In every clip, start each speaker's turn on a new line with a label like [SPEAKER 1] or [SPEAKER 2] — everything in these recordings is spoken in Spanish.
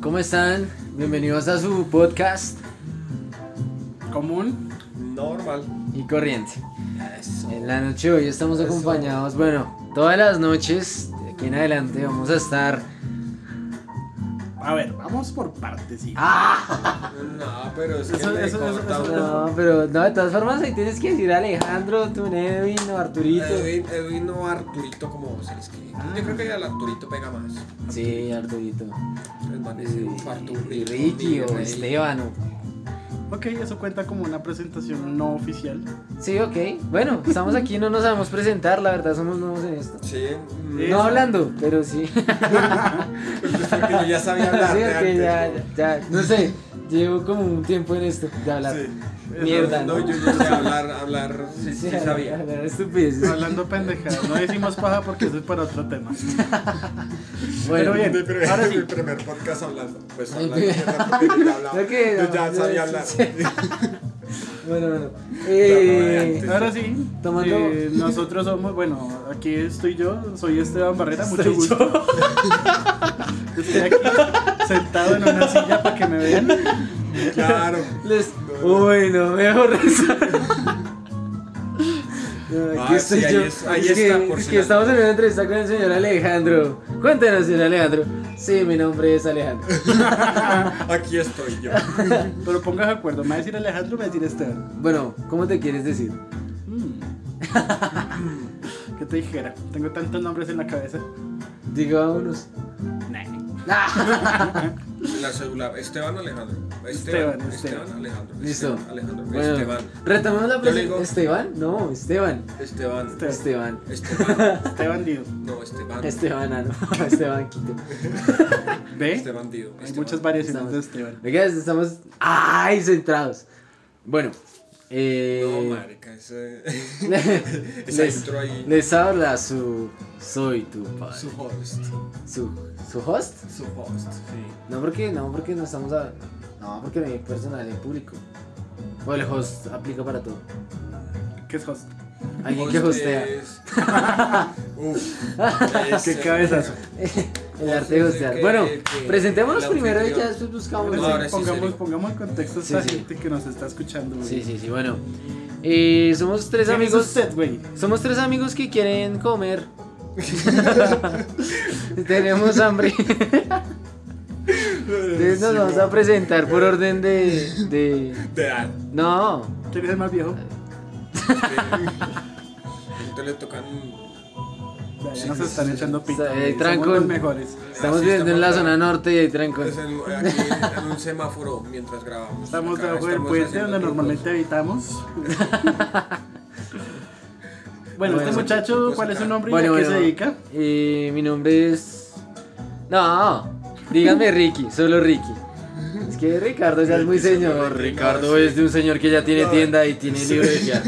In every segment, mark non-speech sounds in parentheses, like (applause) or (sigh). [SPEAKER 1] ¿Cómo están? Bienvenidos a su podcast
[SPEAKER 2] común.
[SPEAKER 3] Normal.
[SPEAKER 1] y corriente.
[SPEAKER 2] Eso.
[SPEAKER 1] En la noche de hoy estamos
[SPEAKER 3] Eso.
[SPEAKER 1] acompañados, bueno, todas las noches, de aquí en adelante vamos a estar...
[SPEAKER 2] A ver, vamos por partes. Sí.
[SPEAKER 1] ¡Ah!
[SPEAKER 3] No, pero es que
[SPEAKER 2] Eso-
[SPEAKER 3] le
[SPEAKER 2] eso- eso-
[SPEAKER 3] cortamos.
[SPEAKER 1] No, pero no, de todas formas ahí tienes que decir Alejandro, tú Edwin Ah. o Arturito.
[SPEAKER 3] Edwin, Edwin o Arturito como vos, es que yo creo que al Arturito pega más.
[SPEAKER 1] Sí, Arturito.
[SPEAKER 3] El man es
[SPEAKER 1] Y,
[SPEAKER 3] un Arturito,
[SPEAKER 1] y Ricky o
[SPEAKER 3] Miguel, ahí.
[SPEAKER 1] Esteban o
[SPEAKER 2] Ok, eso cuenta como una presentación no oficial.
[SPEAKER 1] Sí, ok. Bueno, estamos aquí, no nos sabemos presentar, la verdad somos nuevos en esto.
[SPEAKER 3] Sí, mm, (laughs)
[SPEAKER 2] Eso.
[SPEAKER 1] No hablando, pero sí.
[SPEAKER 3] pues porque yo ya sabía
[SPEAKER 1] (laughs)
[SPEAKER 3] hablar
[SPEAKER 1] Sí,
[SPEAKER 3] de
[SPEAKER 1] es que
[SPEAKER 3] antes,
[SPEAKER 1] ya,
[SPEAKER 3] ¿no?
[SPEAKER 1] ya, ya, no sé, llevo como un tiempo en esto de hablar.
[SPEAKER 2] Sí. Eso,
[SPEAKER 1] Mierda.
[SPEAKER 3] No, yo ya sé hablar, hablar, sí, sí (laughs) sabía.
[SPEAKER 1] hablar estupideces.
[SPEAKER 2] Hablando pendejadas, no decimos paja porque eso es para otro tema.
[SPEAKER 1] Bueno, (laughs)
[SPEAKER 2] Pero bien,
[SPEAKER 3] Mi primer,
[SPEAKER 2] ahora sí.
[SPEAKER 3] mi primer podcast hablando, pues
[SPEAKER 1] El
[SPEAKER 3] hablando,
[SPEAKER 1] primer-
[SPEAKER 3] mierda, porque yo ya
[SPEAKER 1] (laughs)
[SPEAKER 3] hablaba,
[SPEAKER 1] Creo que-
[SPEAKER 3] yo ya sabía hablar.
[SPEAKER 1] Sí. bueno, bueno. Eh,
[SPEAKER 3] Ya,
[SPEAKER 2] Ahora sí,
[SPEAKER 1] Tomando-
[SPEAKER 2] eh, nosotros somos, bueno, aquí estoy yo, soy Esteban Barrera, mucho
[SPEAKER 1] Estoy
[SPEAKER 2] gusto. (laughs) Estoy aquí sentado en una silla para que me vean.
[SPEAKER 3] Claro.
[SPEAKER 1] les... Uy, no, (laughs) mejor rezar. No, aquí
[SPEAKER 3] Ah,
[SPEAKER 1] estoy
[SPEAKER 3] sí, ahí
[SPEAKER 1] yo.
[SPEAKER 3] es- ahí
[SPEAKER 1] Es que-
[SPEAKER 3] está,
[SPEAKER 1] es
[SPEAKER 3] por
[SPEAKER 1] que,
[SPEAKER 3] si la-
[SPEAKER 1] estamos en una entrevista con el señor Alejandro. Cuéntanos, señor Alejandro. Sí, mi nombre es Alejandro.
[SPEAKER 3] Aquí estoy yo.
[SPEAKER 2] Pero pongas acuerdo, me va a decir Alejandro, me va a decir Esteban.
[SPEAKER 1] Bueno, ¿cómo te quieres decir?
[SPEAKER 2] Mm. ¿Qué te dijera? Tengo tantos nombres en la cabeza.
[SPEAKER 1] Diga unos.
[SPEAKER 3] La celular, Esteban Alejandro.
[SPEAKER 2] Esteban,
[SPEAKER 3] Esteban,
[SPEAKER 2] Esteban.
[SPEAKER 3] Esteban, Alejandro.
[SPEAKER 1] Listo.
[SPEAKER 3] Esteban Alejandro. pues,
[SPEAKER 1] Bueno,
[SPEAKER 3] Esteban.
[SPEAKER 1] retomemos la
[SPEAKER 3] Yo
[SPEAKER 1] presentación.
[SPEAKER 3] digo-
[SPEAKER 1] Esteban, no, Esteban.
[SPEAKER 3] Esteban.
[SPEAKER 2] Esteban.
[SPEAKER 1] Esteban. (laughs)
[SPEAKER 3] Esteban.
[SPEAKER 2] Este bandido.
[SPEAKER 3] No, Esteban.
[SPEAKER 1] Esteban,
[SPEAKER 3] (laughs)
[SPEAKER 1] ah, no, (laughs) Esteban Quito.
[SPEAKER 2] ¿Ve?
[SPEAKER 3] Este bandido.
[SPEAKER 2] Hay
[SPEAKER 3] este
[SPEAKER 2] muchas
[SPEAKER 3] bandido.
[SPEAKER 2] variaciones de Esteban.
[SPEAKER 1] Oiga, estamos. ¡Ay! Centrados. Bueno, eh. (laughs)
[SPEAKER 3] No, marica, ese.
[SPEAKER 1] les,
[SPEAKER 3] esa intro ahí.
[SPEAKER 1] les habla su. Soy tu padre.
[SPEAKER 3] Su host.
[SPEAKER 1] Su, su host.
[SPEAKER 3] Su host, sí.
[SPEAKER 1] No, porque no, porque no estamos a. No, porque no hay personal en público. O el host aplica para todo.
[SPEAKER 2] ¿Qué es host?
[SPEAKER 1] Alguien que
[SPEAKER 3] Host
[SPEAKER 1] hostea. (laughs)
[SPEAKER 3] es- Uf.
[SPEAKER 2] ¿Qué
[SPEAKER 3] ese-
[SPEAKER 2] cabezazo?
[SPEAKER 1] El arte de
[SPEAKER 3] Host es
[SPEAKER 1] hostear.
[SPEAKER 3] que-
[SPEAKER 1] Bueno,
[SPEAKER 3] que
[SPEAKER 1] presentémonos
[SPEAKER 3] la
[SPEAKER 1] primero y ya
[SPEAKER 3] anfitrión-
[SPEAKER 1] después buscamos.
[SPEAKER 2] Ahora
[SPEAKER 3] No,
[SPEAKER 2] sí,
[SPEAKER 3] ahora sí,
[SPEAKER 2] pongamos,
[SPEAKER 3] serio.
[SPEAKER 2] pongamos en contexto a
[SPEAKER 1] Sí,
[SPEAKER 2] esta
[SPEAKER 1] sí.
[SPEAKER 2] gente que nos está escuchando. güey.
[SPEAKER 1] Sí, sí, sí, bueno. Eh, somos tres
[SPEAKER 2] ¿Quién es
[SPEAKER 1] amigos.
[SPEAKER 2] usted, güey?
[SPEAKER 1] Somos tres amigos que quieren
[SPEAKER 2] (laughs)
[SPEAKER 1] comer. Tenemos hambre. Entonces nos vamos a presentar por orden de. de...
[SPEAKER 3] De (laughs) edad.
[SPEAKER 1] No.
[SPEAKER 2] ¿Quién es el más viejo?
[SPEAKER 3] Entonces le tocan.
[SPEAKER 2] Ya, ya
[SPEAKER 3] Sí,
[SPEAKER 2] nos
[SPEAKER 3] sí,
[SPEAKER 2] están
[SPEAKER 3] sí.
[SPEAKER 2] echando pito.
[SPEAKER 1] Eh,
[SPEAKER 2] güey.
[SPEAKER 1] tranco.
[SPEAKER 2] Somos los mejores.
[SPEAKER 1] Estamos
[SPEAKER 3] Así
[SPEAKER 1] viviendo en la
[SPEAKER 3] estamos
[SPEAKER 1] zona
[SPEAKER 3] grabando.
[SPEAKER 1] norte y hay trancón.
[SPEAKER 3] Es Pues en- aquí en un semáforo mientras grabamos.
[SPEAKER 2] Estamos
[SPEAKER 3] Acá
[SPEAKER 2] debajo del
[SPEAKER 3] estamos
[SPEAKER 1] pues,
[SPEAKER 2] puente
[SPEAKER 3] haciendo
[SPEAKER 2] donde
[SPEAKER 3] trucos.
[SPEAKER 2] normalmente habitamos.
[SPEAKER 3] (laughs)
[SPEAKER 2] bueno,
[SPEAKER 1] Bueno,
[SPEAKER 2] este muchacho, ¿cuál es su nombre y
[SPEAKER 1] Bueno,
[SPEAKER 2] a qué
[SPEAKER 1] bueno.
[SPEAKER 2] se dedica?
[SPEAKER 1] Eh, mi nombre es. No, díganme Ricky, solo Ricky. Es que Ricardo ya es muy
[SPEAKER 3] Ricky, solo
[SPEAKER 1] señor.
[SPEAKER 3] Ricky,
[SPEAKER 1] Ricardo
[SPEAKER 3] no, sí.
[SPEAKER 1] es de un señor que ya tiene
[SPEAKER 3] No.
[SPEAKER 1] tienda y tiene librería.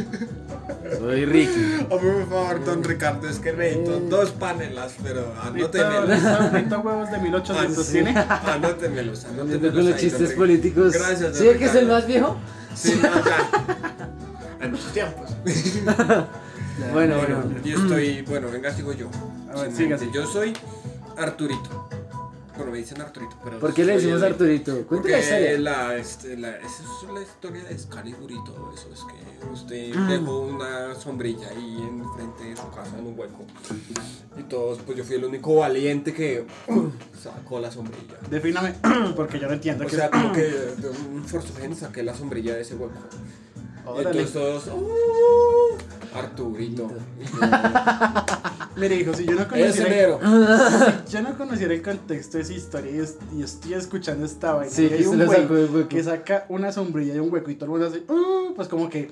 [SPEAKER 1] Soy Ricky.
[SPEAKER 3] Hombre, por favor, don Ricardo, es que necesito
[SPEAKER 1] Mm.
[SPEAKER 3] dos panelas, pero anótemelos. (laughs)
[SPEAKER 2] Necesita necesita huevos de
[SPEAKER 3] Ah,
[SPEAKER 2] 1800 tiene.
[SPEAKER 3] Anótemelos,
[SPEAKER 1] Yendo
[SPEAKER 3] anótemelos.
[SPEAKER 1] con los
[SPEAKER 3] ahí,
[SPEAKER 1] chistes
[SPEAKER 3] don Ric-
[SPEAKER 1] políticos.
[SPEAKER 3] Gracias, don
[SPEAKER 1] ¿Sí el que es el
[SPEAKER 3] Ricardo.
[SPEAKER 1] más viejo?
[SPEAKER 3] Sí, no, ya. En nuestros
[SPEAKER 1] (laughs)
[SPEAKER 3] tiempos.
[SPEAKER 1] Bueno,
[SPEAKER 3] Bueno,
[SPEAKER 1] bueno.
[SPEAKER 3] (laughs) yo estoy. Bueno, venga, sigo yo.
[SPEAKER 2] A ver,
[SPEAKER 3] Sí,
[SPEAKER 2] siga, siga.
[SPEAKER 3] Yo soy Arturito. Bueno, me dicen Arturito, pero.
[SPEAKER 1] ¿Por qué le
[SPEAKER 3] soy
[SPEAKER 1] decimos
[SPEAKER 3] el-
[SPEAKER 1] Arturito? Cuéntale la
[SPEAKER 3] Porque
[SPEAKER 1] historia.
[SPEAKER 3] la, este, la, esa es la historia de Excalibur y todo eso. Es que usted
[SPEAKER 1] Mm.
[SPEAKER 3] dejó una sombrilla ahí enfrente de su casa en un hueco. Y todos, pues yo fui el único valiente que (coughs) sacó la sombrilla.
[SPEAKER 2] Defíname, (clears throat) porque yo no entiendo.
[SPEAKER 3] O
[SPEAKER 2] qué
[SPEAKER 3] sea,
[SPEAKER 2] es-
[SPEAKER 3] como que de un forzugen saqué la sombrilla de ese hueco. Y
[SPEAKER 2] Órale.
[SPEAKER 3] entonces todos, "Oh, Arturito. Y (laughs) yo,
[SPEAKER 2] Mire, hijo, si Ah, yo no
[SPEAKER 3] Ese
[SPEAKER 2] conociera,
[SPEAKER 3] mero.
[SPEAKER 2] si yo no conociera el contexto de esa historia y, es- y estoy escuchando esta vaina,
[SPEAKER 1] Sí,
[SPEAKER 2] y hay
[SPEAKER 1] que se
[SPEAKER 2] un
[SPEAKER 1] lo
[SPEAKER 2] güey
[SPEAKER 1] sacó del hueco.
[SPEAKER 2] que saca una sombrilla de un hueco y todo el mundo hace, "Uh", pues como que,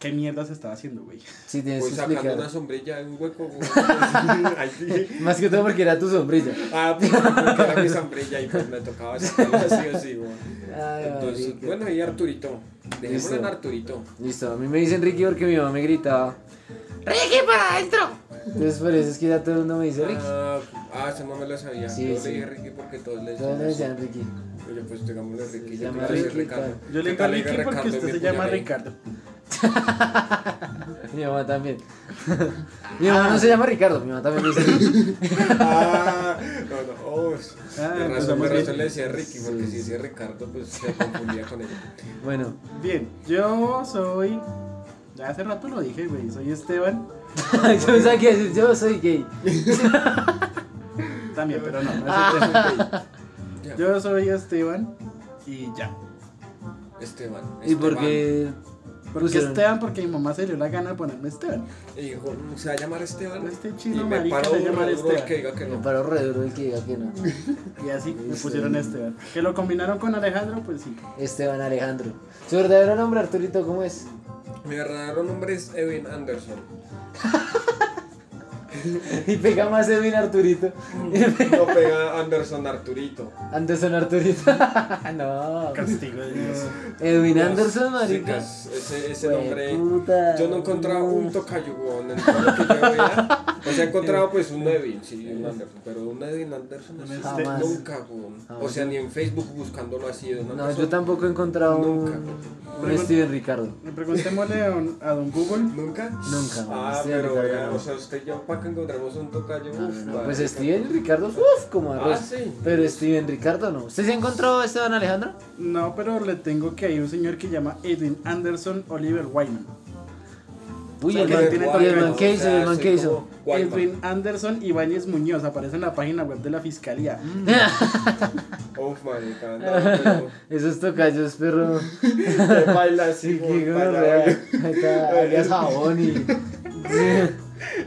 [SPEAKER 2] ¿qué mierda se estaba haciendo, güey?
[SPEAKER 1] Sí, tienes
[SPEAKER 3] Voy
[SPEAKER 1] que
[SPEAKER 3] sacando una
[SPEAKER 1] explicar.
[SPEAKER 3] sombrilla de un hueco. güey. (laughs) Ahí sí.
[SPEAKER 1] Más que todo porque era tu sombrilla.
[SPEAKER 3] Ah, pues, porque era mi sombrilla y pues me tocaba sacarla así o así, güey.
[SPEAKER 1] Ay,
[SPEAKER 3] Entonces,
[SPEAKER 1] marica.
[SPEAKER 3] bueno, y Arturito.
[SPEAKER 1] Listo.
[SPEAKER 3] Dejémoslo en Arturito.
[SPEAKER 1] Listo, a mí me dicen Ricky porque mi mamá me gritaba. ¡Ricky para adentro! Entonces por eso es que ya todo el mundo me dice Ricky.
[SPEAKER 3] Ah, ah, esa no me la sabía.
[SPEAKER 1] Sí,
[SPEAKER 3] yo
[SPEAKER 1] sí.
[SPEAKER 3] le dije Ricky porque todos le
[SPEAKER 1] Todos me
[SPEAKER 3] decían.
[SPEAKER 1] decían Ricky.
[SPEAKER 3] así. Oye, pues digámosle
[SPEAKER 1] Se
[SPEAKER 3] Ricky. Yo
[SPEAKER 1] llama
[SPEAKER 3] quiero decir
[SPEAKER 1] Ricky,
[SPEAKER 3] Ricardo.
[SPEAKER 2] Yo le
[SPEAKER 3] ¿Qué
[SPEAKER 2] digo
[SPEAKER 3] tal,
[SPEAKER 2] Ricky
[SPEAKER 3] Ricardo?
[SPEAKER 2] porque usted
[SPEAKER 3] Me
[SPEAKER 2] se llama
[SPEAKER 3] puñalé.
[SPEAKER 2] Ricardo.
[SPEAKER 1] Mi mamá (laughs) también. Mi mamá no se llama Ricardo, mi mamá también me dice Ricky.
[SPEAKER 3] (laughs) Ah, No, no, oh, es-
[SPEAKER 2] Ah,
[SPEAKER 1] pues,
[SPEAKER 3] de razón,
[SPEAKER 2] empezamos
[SPEAKER 3] de razón
[SPEAKER 2] bien.
[SPEAKER 3] le decía Ricky, porque
[SPEAKER 1] Sí,
[SPEAKER 3] si
[SPEAKER 1] sí.
[SPEAKER 3] decía Ricardo, pues se confundía con ella.
[SPEAKER 1] Bueno, (laughs)
[SPEAKER 2] Bien, yo soy. Ya hace rato lo dije, güey. Soy Esteban.
[SPEAKER 1] yo pensaba que iba a decir, yo soy gay.
[SPEAKER 2] También, pero no. no
[SPEAKER 1] Ah.
[SPEAKER 2] es Esteban.
[SPEAKER 3] Ya,
[SPEAKER 2] Yo soy Esteban y ya.
[SPEAKER 3] Esteban.
[SPEAKER 1] ¿Y por qué?
[SPEAKER 2] Porque
[SPEAKER 1] pusieron?
[SPEAKER 2] Esteban, porque mi mamá se le dio la gana de ponerme Esteban.
[SPEAKER 3] Y dijo, se va a llamar Esteban.
[SPEAKER 2] Este
[SPEAKER 3] Y
[SPEAKER 2] chino
[SPEAKER 3] me
[SPEAKER 2] marica
[SPEAKER 3] paró
[SPEAKER 2] se llama
[SPEAKER 3] duro, duro el
[SPEAKER 2] Esteban.
[SPEAKER 3] que diga Ah, que
[SPEAKER 1] Me
[SPEAKER 3] no.
[SPEAKER 1] paró re duro el que diga que no.
[SPEAKER 2] Y así me pusieron Esteban. Que lo combinaron con Alejandro, pues sí.
[SPEAKER 1] Esteban Alejandro. Su verdadero nombre, Arturito, ¿cómo es? (laughs)
[SPEAKER 3] Mi verdadero nombre es Evan Anderson.
[SPEAKER 1] Y pega más Edwin Arturito.
[SPEAKER 3] No pega Anderson Arturito.
[SPEAKER 1] Anderson Arturito. (laughs) no.
[SPEAKER 2] Castigo de Dios.
[SPEAKER 1] Edwin
[SPEAKER 3] Pues,
[SPEAKER 1] Anderson, marica.
[SPEAKER 3] chicas, ese, ese
[SPEAKER 1] Güey,
[SPEAKER 3] nombre.
[SPEAKER 1] puta.
[SPEAKER 3] Yo no he encontrado un tocayo en el pueblo que yo veía. O sea, he encontrado pues un Edwin, sí, un Anderson. Pero un Edwin Anderson
[SPEAKER 2] No
[SPEAKER 3] no
[SPEAKER 2] me
[SPEAKER 3] sé,
[SPEAKER 1] Jamás.
[SPEAKER 3] nunca, weón. O sea, ni en Facebook buscándolo así de una
[SPEAKER 1] No, yo
[SPEAKER 3] persona.
[SPEAKER 1] tampoco he encontrado un,
[SPEAKER 3] Nunca.
[SPEAKER 1] un Steven Ricardo.
[SPEAKER 2] Le preguntémosle a, don- a don Google.
[SPEAKER 3] ¿Nunca?
[SPEAKER 1] Nunca.
[SPEAKER 3] Ah,
[SPEAKER 1] Steven
[SPEAKER 3] pero
[SPEAKER 1] Ricardo
[SPEAKER 3] vea,
[SPEAKER 1] no.
[SPEAKER 3] o sea, usted y yo para que encontremos un tocayo.
[SPEAKER 1] No,
[SPEAKER 3] uf,
[SPEAKER 1] no, no.
[SPEAKER 3] marica.
[SPEAKER 1] Pues Steven Ricardo, uff, como arroz.
[SPEAKER 3] Ah, sí.
[SPEAKER 1] Pero Steven Ricardo no. ¿Usted se ha encontrado a Esteban Alejandro?
[SPEAKER 2] No, pero le tengo que hay un señor que llama Edwin Anderson Oliver Wyman.
[SPEAKER 1] Uy,
[SPEAKER 2] O sea,
[SPEAKER 1] el
[SPEAKER 2] que
[SPEAKER 1] man,
[SPEAKER 2] tiene
[SPEAKER 1] y
[SPEAKER 2] todo
[SPEAKER 1] el
[SPEAKER 2] el
[SPEAKER 1] man
[SPEAKER 2] mundo,
[SPEAKER 1] que
[SPEAKER 3] o
[SPEAKER 1] hizo,
[SPEAKER 3] sea,
[SPEAKER 1] el man
[SPEAKER 3] soy
[SPEAKER 1] que hizo.
[SPEAKER 3] como Whiteman.
[SPEAKER 2] Edwin Anderson Ibáñez Muñoz aparece en la página web de la fiscalía.
[SPEAKER 3] Uf, marica, no,
[SPEAKER 1] (laughs) Esos tocayos, perro.
[SPEAKER 3] pero te baila
[SPEAKER 1] Sí,
[SPEAKER 3] así,
[SPEAKER 1] que
[SPEAKER 3] como para
[SPEAKER 1] gonorrea.
[SPEAKER 3] allá.
[SPEAKER 1] Ahí está,
[SPEAKER 3] (laughs)
[SPEAKER 1] alias jabón y.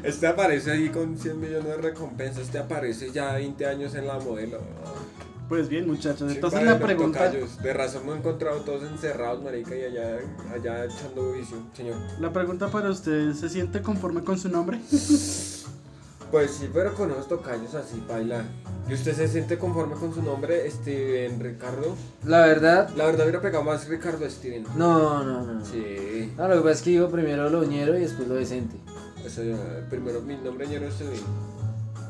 [SPEAKER 3] Este aparece ahí con 100 millones de recompensas, este aparece ya 20 años en la modelo.
[SPEAKER 2] Pues bien, muchachos.
[SPEAKER 3] Sí,
[SPEAKER 2] Entonces
[SPEAKER 3] para
[SPEAKER 2] la
[SPEAKER 3] los
[SPEAKER 2] pregunta,
[SPEAKER 3] tocayos. De razón me he encontrado todos encerrados, marica, y allá, allá echando vicio, señor.
[SPEAKER 2] la pregunta para usted, ¿se siente conforme con su
[SPEAKER 3] (laughs)
[SPEAKER 2] nombre?
[SPEAKER 3] Pues sí, pero con unos tocayos así, baila. ¿Y usted se siente conforme con su nombre, Steven Ricardo?
[SPEAKER 1] La verdad,
[SPEAKER 3] La verdad hubiera pegado más Ricardo Steven.
[SPEAKER 1] no, no, no.
[SPEAKER 3] Sí,
[SPEAKER 1] No, lo que pasa es que digo primero lo ñero y después lo decente.
[SPEAKER 3] o sea, primero mi nombre ya no es Steven.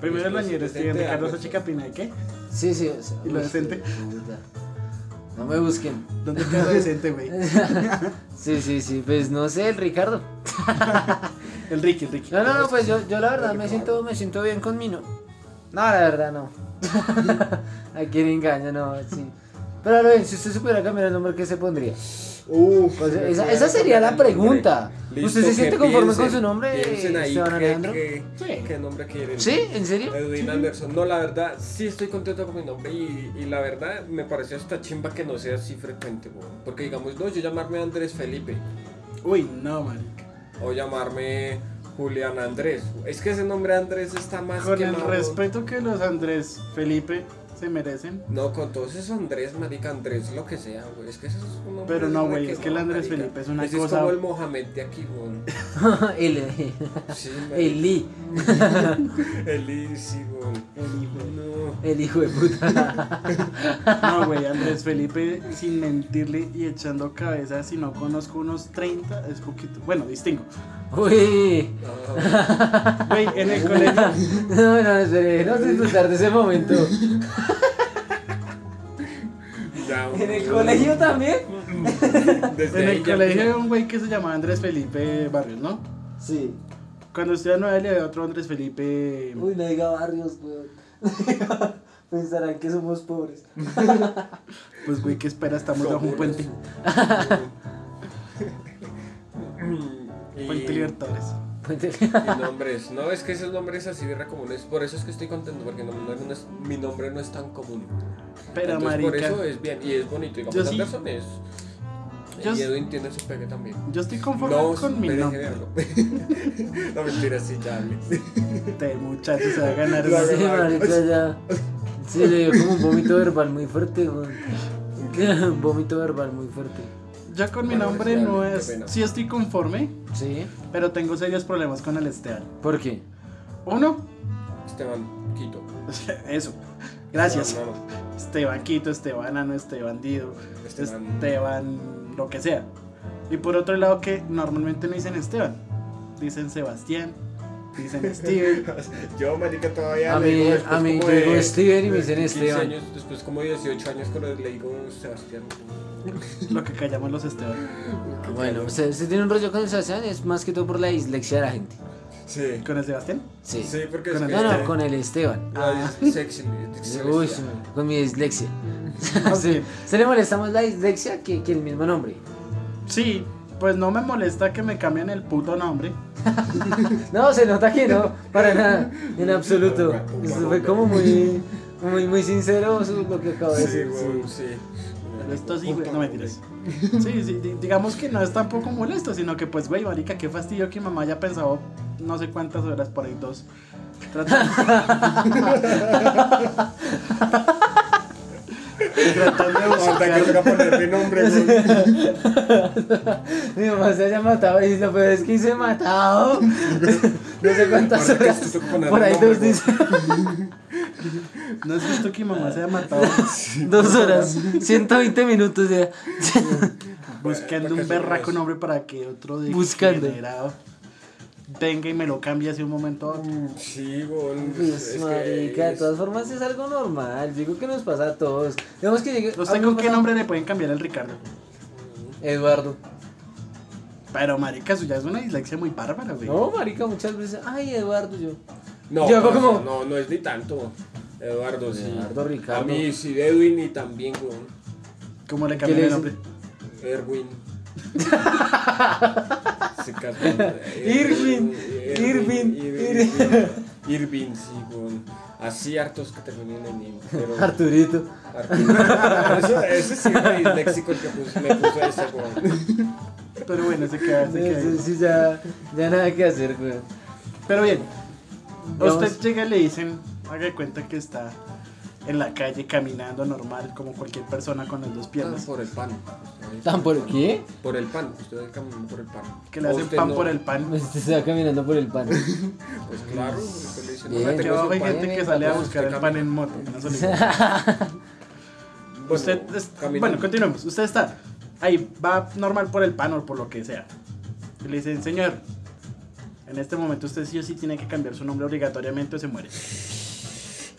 [SPEAKER 2] Primero el
[SPEAKER 3] Después
[SPEAKER 2] añero, este,
[SPEAKER 3] decente,
[SPEAKER 2] Steven Ricardo,
[SPEAKER 3] algo
[SPEAKER 2] esa
[SPEAKER 3] así.
[SPEAKER 2] chica pina de qué?
[SPEAKER 1] Sí, sí. o sea,
[SPEAKER 2] ¿Y lo
[SPEAKER 1] uy,
[SPEAKER 2] decente?
[SPEAKER 1] puta. No me busquen.
[SPEAKER 2] ¿Dónde queda lo decente,
[SPEAKER 3] (laughs)
[SPEAKER 2] güey?
[SPEAKER 1] Sí, sí, sí. Pues no sé, el Ricardo.
[SPEAKER 2] El Ricky, el Ricky.
[SPEAKER 1] No, no, no, pues yo, yo la verdad me siento, me siento bien con mi no. No, la verdad no. A quien engaña, no, sí. Pero a lo bien, si usted se pudiera cambiar el nombre, ¿qué se pondría?
[SPEAKER 3] Uf,
[SPEAKER 1] Pues,
[SPEAKER 3] me
[SPEAKER 1] esa-
[SPEAKER 3] voy a
[SPEAKER 1] esa sería la
[SPEAKER 3] cambiar el nombre.
[SPEAKER 1] pregunta. ¿Usted se
[SPEAKER 3] que
[SPEAKER 1] siente conforme con
[SPEAKER 3] piensen,
[SPEAKER 1] su nombre,
[SPEAKER 3] Piensen ahí
[SPEAKER 1] Esteban
[SPEAKER 3] qué-
[SPEAKER 1] Alejandro?
[SPEAKER 3] qué-
[SPEAKER 2] Sí.
[SPEAKER 3] qué nombre quieren.
[SPEAKER 1] ¿Sí? ¿En serio?
[SPEAKER 3] Edwin Anderson. No, la verdad, sí estoy contento con mi nombre y, y la verdad me pareció hasta chimba que no sea así frecuente, weón. Porque digamos, no, yo llamarme Andrés Felipe
[SPEAKER 2] Uy, no, marica.
[SPEAKER 3] o llamarme Julián Andrés. Es que ese nombre Andrés está más
[SPEAKER 2] Con
[SPEAKER 3] que
[SPEAKER 2] el
[SPEAKER 3] mamón.
[SPEAKER 2] respeto que los Andrés Felipe se merecen.
[SPEAKER 3] No, con todos esos Andrés, marica, Andrés, lo que sea, güey. Es que eso es un nombre
[SPEAKER 2] Pero no, güey,
[SPEAKER 3] re
[SPEAKER 2] es que el Andrés
[SPEAKER 3] marica.
[SPEAKER 2] Felipe es una
[SPEAKER 3] Ese
[SPEAKER 2] cosa-
[SPEAKER 3] es como el Mohamed de aquí, weón.
[SPEAKER 1] el,
[SPEAKER 3] Sí,
[SPEAKER 1] (laughs) el Lee,
[SPEAKER 3] marica. Eli, sí, weón.
[SPEAKER 2] El hijo.
[SPEAKER 3] No.
[SPEAKER 1] el hijo de puta. (laughs)
[SPEAKER 2] No, güey, Andrés Felipe, sin mentirle y echando cabeza, si no conozco unos 30, es poquito. Bueno, distingo.
[SPEAKER 1] Uy. Ah.
[SPEAKER 3] No,
[SPEAKER 2] Güey, en el colegio.
[SPEAKER 1] No, no, espere, no disfrutar de ese momento.
[SPEAKER 3] ya,
[SPEAKER 1] ¿En el
[SPEAKER 3] weón.
[SPEAKER 1] colegio también?
[SPEAKER 3] Desde
[SPEAKER 2] En
[SPEAKER 3] ahí
[SPEAKER 2] el
[SPEAKER 3] ya
[SPEAKER 2] colegio había un güey que se llamaba Andrés Felipe Barrios, ¿no?
[SPEAKER 1] Sí.
[SPEAKER 2] Cuando estudiaba en Nueva Delhi había otro Andrés Felipe.
[SPEAKER 1] Uy, no diga barrios, weón. (laughs) Pensarán que somos pobres.
[SPEAKER 2] Pues güey, ¿qué espera? Estamos bajo un puente. Puente
[SPEAKER 3] y,
[SPEAKER 2] Libertadores.
[SPEAKER 1] (laughs)
[SPEAKER 3] y nombres. No, es que esos nombres así de re comunes. Por eso es que estoy contento, porque no- no- no es- mi nombre no es tan común.
[SPEAKER 2] Pero
[SPEAKER 3] Entonces, Por eso eh,
[SPEAKER 2] marica.
[SPEAKER 3] es bien, y es bonito. Digamos,
[SPEAKER 2] Yo sí-
[SPEAKER 3] Anderson es.
[SPEAKER 2] yo
[SPEAKER 3] y
[SPEAKER 2] sí-
[SPEAKER 3] Edwin tiene su pegue también.
[SPEAKER 2] Yo estoy conforme
[SPEAKER 3] No,
[SPEAKER 2] con mi
[SPEAKER 3] merece
[SPEAKER 2] nombre.
[SPEAKER 3] verlo. (laughs) no mentira, sí, ya. hablé.
[SPEAKER 2] Este muchacho se va a ganar.
[SPEAKER 3] (laughs) Lo
[SPEAKER 2] ese-
[SPEAKER 1] Sí, marica, ya. Sí, le dio como un vómito verbal muy fuerte, weón. Un (laughs) vómito verbal muy fuerte.
[SPEAKER 2] Yo con mi
[SPEAKER 3] Bueno,
[SPEAKER 2] nombre
[SPEAKER 3] sí,
[SPEAKER 2] no
[SPEAKER 3] qué
[SPEAKER 2] es.
[SPEAKER 3] pena.
[SPEAKER 2] Sí estoy conforme,
[SPEAKER 1] ¿Sí?
[SPEAKER 2] pero tengo serios problemas con el Esteban.
[SPEAKER 1] ¿Por qué?
[SPEAKER 2] Uno, (laughs)
[SPEAKER 3] Esteban Quito.
[SPEAKER 2] eso. Gracias.
[SPEAKER 3] No, no, no.
[SPEAKER 2] Esteban Quito, Esteban Ano, Esteban Dido, Este,
[SPEAKER 3] Esteban-
[SPEAKER 2] Esteban lo que sea. Y por otro lado que normalmente no dicen Esteban, dicen Sebastián, dicen Steven.
[SPEAKER 3] Yo, marica, todavía
[SPEAKER 1] A
[SPEAKER 3] le
[SPEAKER 1] mí-
[SPEAKER 3] digo después
[SPEAKER 1] a mí
[SPEAKER 3] como
[SPEAKER 1] yo digo
[SPEAKER 3] de-
[SPEAKER 1] Steven y me
[SPEAKER 3] de
[SPEAKER 1] dicen
[SPEAKER 3] 15
[SPEAKER 1] Esteban.
[SPEAKER 3] años, después como 18 años cuando le digo Sebastián.
[SPEAKER 2] Lo que callamos los Esteban.
[SPEAKER 1] Bueno, usted, usted tiene un rollo con el Sebastián, es más que todo por la dislexia de la gente.
[SPEAKER 3] Sí.
[SPEAKER 2] ¿Con el Sebastián?
[SPEAKER 1] Sí.
[SPEAKER 3] Sí, porque
[SPEAKER 2] Con
[SPEAKER 3] es
[SPEAKER 2] el-
[SPEAKER 3] que
[SPEAKER 1] No, no,
[SPEAKER 2] Este-
[SPEAKER 1] con el Esteban.
[SPEAKER 3] la dis- sexy-
[SPEAKER 1] Uy,
[SPEAKER 3] dislexia.
[SPEAKER 1] con mi dislexia. (laughs)
[SPEAKER 2] Más
[SPEAKER 1] Sí.
[SPEAKER 2] bien.
[SPEAKER 1] Se le molesta más la dislexia que, que el mismo nombre.
[SPEAKER 2] Sí, pues no me molesta que me cambien el puto nombre.
[SPEAKER 1] No, se nota que no, para nada, en absoluto. Eso fue como muy, muy, muy sincero su- lo que acabo de
[SPEAKER 3] Sí,
[SPEAKER 1] decir. sí. (laughs)
[SPEAKER 3] weón, sí.
[SPEAKER 2] Pero esto sí, güey, no mentiras. Sí, sí, di- digamos que no es tampoco molesto, sino que pues, güey, marica, qué fastidio que mamá ya pensado no sé cuántas horas por ahí dos. Tratando, tratando de
[SPEAKER 3] Hasta que
[SPEAKER 2] buscar.
[SPEAKER 3] toca ponerle nombre, weón.
[SPEAKER 1] Mi mamá se haya matado y dice, lo peor es que hice
[SPEAKER 3] (laughs)
[SPEAKER 1] matado. No sé cuántas
[SPEAKER 3] Ahora que
[SPEAKER 1] horas.
[SPEAKER 3] esto toca ponerle
[SPEAKER 1] Por ahí
[SPEAKER 3] nombre,
[SPEAKER 1] dos,
[SPEAKER 3] weón.
[SPEAKER 1] dice, (laughs)
[SPEAKER 2] No es justo que mamá se haya matado
[SPEAKER 1] dos horas, 120 minutos
[SPEAKER 3] (laughs)
[SPEAKER 1] ya.
[SPEAKER 2] buscando
[SPEAKER 3] Bueno,
[SPEAKER 2] un berraco
[SPEAKER 3] eso.
[SPEAKER 2] nombre para que otro
[SPEAKER 1] Buscando.
[SPEAKER 2] degenerado venga y me lo cambie así un momento a otro.
[SPEAKER 3] Mm, Sí, weón.
[SPEAKER 1] Pues,
[SPEAKER 3] es que
[SPEAKER 1] marica, de
[SPEAKER 3] es-
[SPEAKER 1] todas formas es algo normal. Digo que nos pasa a todos. Digamos que llegue- a
[SPEAKER 2] ¿Usted
[SPEAKER 1] mí
[SPEAKER 2] con
[SPEAKER 1] me
[SPEAKER 2] qué
[SPEAKER 1] pasa-
[SPEAKER 2] nombre le pueden cambiar al Ricardo?
[SPEAKER 1] Eduardo.
[SPEAKER 2] Pero marica, eso ya es una dislexia muy bárbara, güey.
[SPEAKER 1] No, marica, muchas veces. Ay, Eduardo, yo.
[SPEAKER 3] No,
[SPEAKER 1] Yo hago
[SPEAKER 3] parce,
[SPEAKER 1] como-
[SPEAKER 3] no, no es ni tanto. Eduardo, sí.
[SPEAKER 1] Eduardo, Ricardo.
[SPEAKER 3] A mí sí, Edwin y también, weón.
[SPEAKER 2] ¿Cómo le
[SPEAKER 1] ¿Qué
[SPEAKER 2] cambian
[SPEAKER 1] le
[SPEAKER 2] el
[SPEAKER 1] dicen? (laughs)
[SPEAKER 2] nombre?
[SPEAKER 3] Erwin. Se casó.
[SPEAKER 1] Irvin, Irvin, Irvin.
[SPEAKER 3] Irvin, sí, weón. Así hartos que terminan en Irvin. Pero...
[SPEAKER 1] Arturito.
[SPEAKER 3] Arturo. Eso- Ese sí es disléxico el que pus- me puso ese, weón.
[SPEAKER 2] Pero bueno, se queda, se queda.
[SPEAKER 1] Sí, sí, ya, ya nada que hacer, güey.
[SPEAKER 2] Pero bien, a
[SPEAKER 1] Vamos.
[SPEAKER 2] usted llega y le dicen, haga de cuenta que está en la calle caminando normal, como cualquier persona con las dos
[SPEAKER 3] Tan
[SPEAKER 2] piernas.
[SPEAKER 3] por el pan.
[SPEAKER 1] ¿Tan por qué?
[SPEAKER 3] Por el pan. Ustedes caminan por el pan.
[SPEAKER 2] Que le hacen
[SPEAKER 3] Usted
[SPEAKER 2] pan
[SPEAKER 3] no.
[SPEAKER 2] por el pan.
[SPEAKER 1] Usted se va caminando por el pan.
[SPEAKER 3] Pues claro, usted le dice, no,
[SPEAKER 1] Bien.
[SPEAKER 3] ya
[SPEAKER 2] Que
[SPEAKER 3] tengo
[SPEAKER 2] abajo
[SPEAKER 3] su
[SPEAKER 2] hay
[SPEAKER 3] pan.
[SPEAKER 2] gente que
[SPEAKER 1] eh,
[SPEAKER 2] sale a
[SPEAKER 3] pues,
[SPEAKER 2] buscar
[SPEAKER 3] usted
[SPEAKER 2] el pan
[SPEAKER 3] camina.
[SPEAKER 2] en moto. en una soledad. (laughs) Usted es- bueno, continuemos. Usted está ahí, va normal por el pan o por lo que sea. Y le dicen, señor, en este momento usted sí o sí tiene que cambiar su nombre obligatoriamente o se muere.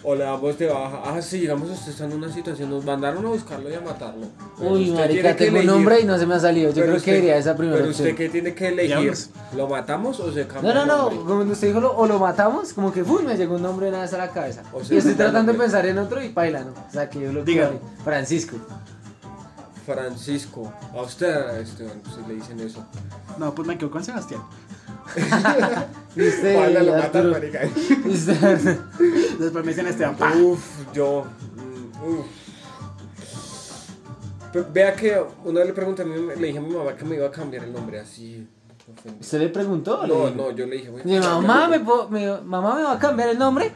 [SPEAKER 3] O le damos de baja. Ah, sí, digamos, usted está en una situación. Nos mandaron a buscarlo y a matarlo.
[SPEAKER 1] (laughs)
[SPEAKER 3] Pero
[SPEAKER 1] Uy,
[SPEAKER 3] usted
[SPEAKER 1] marica,
[SPEAKER 3] tiene que
[SPEAKER 1] tengo un
[SPEAKER 3] elegir.
[SPEAKER 1] nombre y no se me ha salido. Yo
[SPEAKER 3] Pero
[SPEAKER 1] creo
[SPEAKER 3] usted-
[SPEAKER 1] que iría a esa primera
[SPEAKER 3] Pero usted
[SPEAKER 1] opción.
[SPEAKER 3] que tiene que elegir.
[SPEAKER 2] Digamos.
[SPEAKER 3] ¿Lo matamos o se cambia?
[SPEAKER 1] No, no,
[SPEAKER 3] el
[SPEAKER 1] no.
[SPEAKER 3] nombre?
[SPEAKER 1] Como usted dijo, lo- o lo matamos, como que ¡fum! me llegó un nombre nada más a la cabeza.
[SPEAKER 3] O sea,
[SPEAKER 1] y estoy
[SPEAKER 3] inventa el
[SPEAKER 1] tratando de
[SPEAKER 3] nombre.
[SPEAKER 1] pensar en otro y paila, ¿no? O sea, que yo lo
[SPEAKER 2] Diga.
[SPEAKER 1] quiero. Francisco.
[SPEAKER 3] Francisco. A usted, Esteban, si le dicen eso.
[SPEAKER 2] No, pues me quedo con Sebastián.
[SPEAKER 1] Y usted,
[SPEAKER 3] (laughs) Paila, lo matan,
[SPEAKER 1] Arturo.
[SPEAKER 3] marica.
[SPEAKER 1] Y (laughs) usted-
[SPEAKER 2] Después me dicen Esteban, ¡pa!
[SPEAKER 3] Uf, yo. mm, Uf. Pe- Vea que una vez le pregunté, a mi mam- le dije a mi mamá que me iba a cambiar el nombre así. ofendido.
[SPEAKER 1] ¿Usted le preguntó?
[SPEAKER 3] No,
[SPEAKER 1] Le-
[SPEAKER 3] no, yo le dije, voy a
[SPEAKER 1] Mi
[SPEAKER 3] cambiar
[SPEAKER 1] mamá
[SPEAKER 3] el
[SPEAKER 1] me,
[SPEAKER 3] nombre.
[SPEAKER 1] po- me- mamá me va a cambiar el nombre.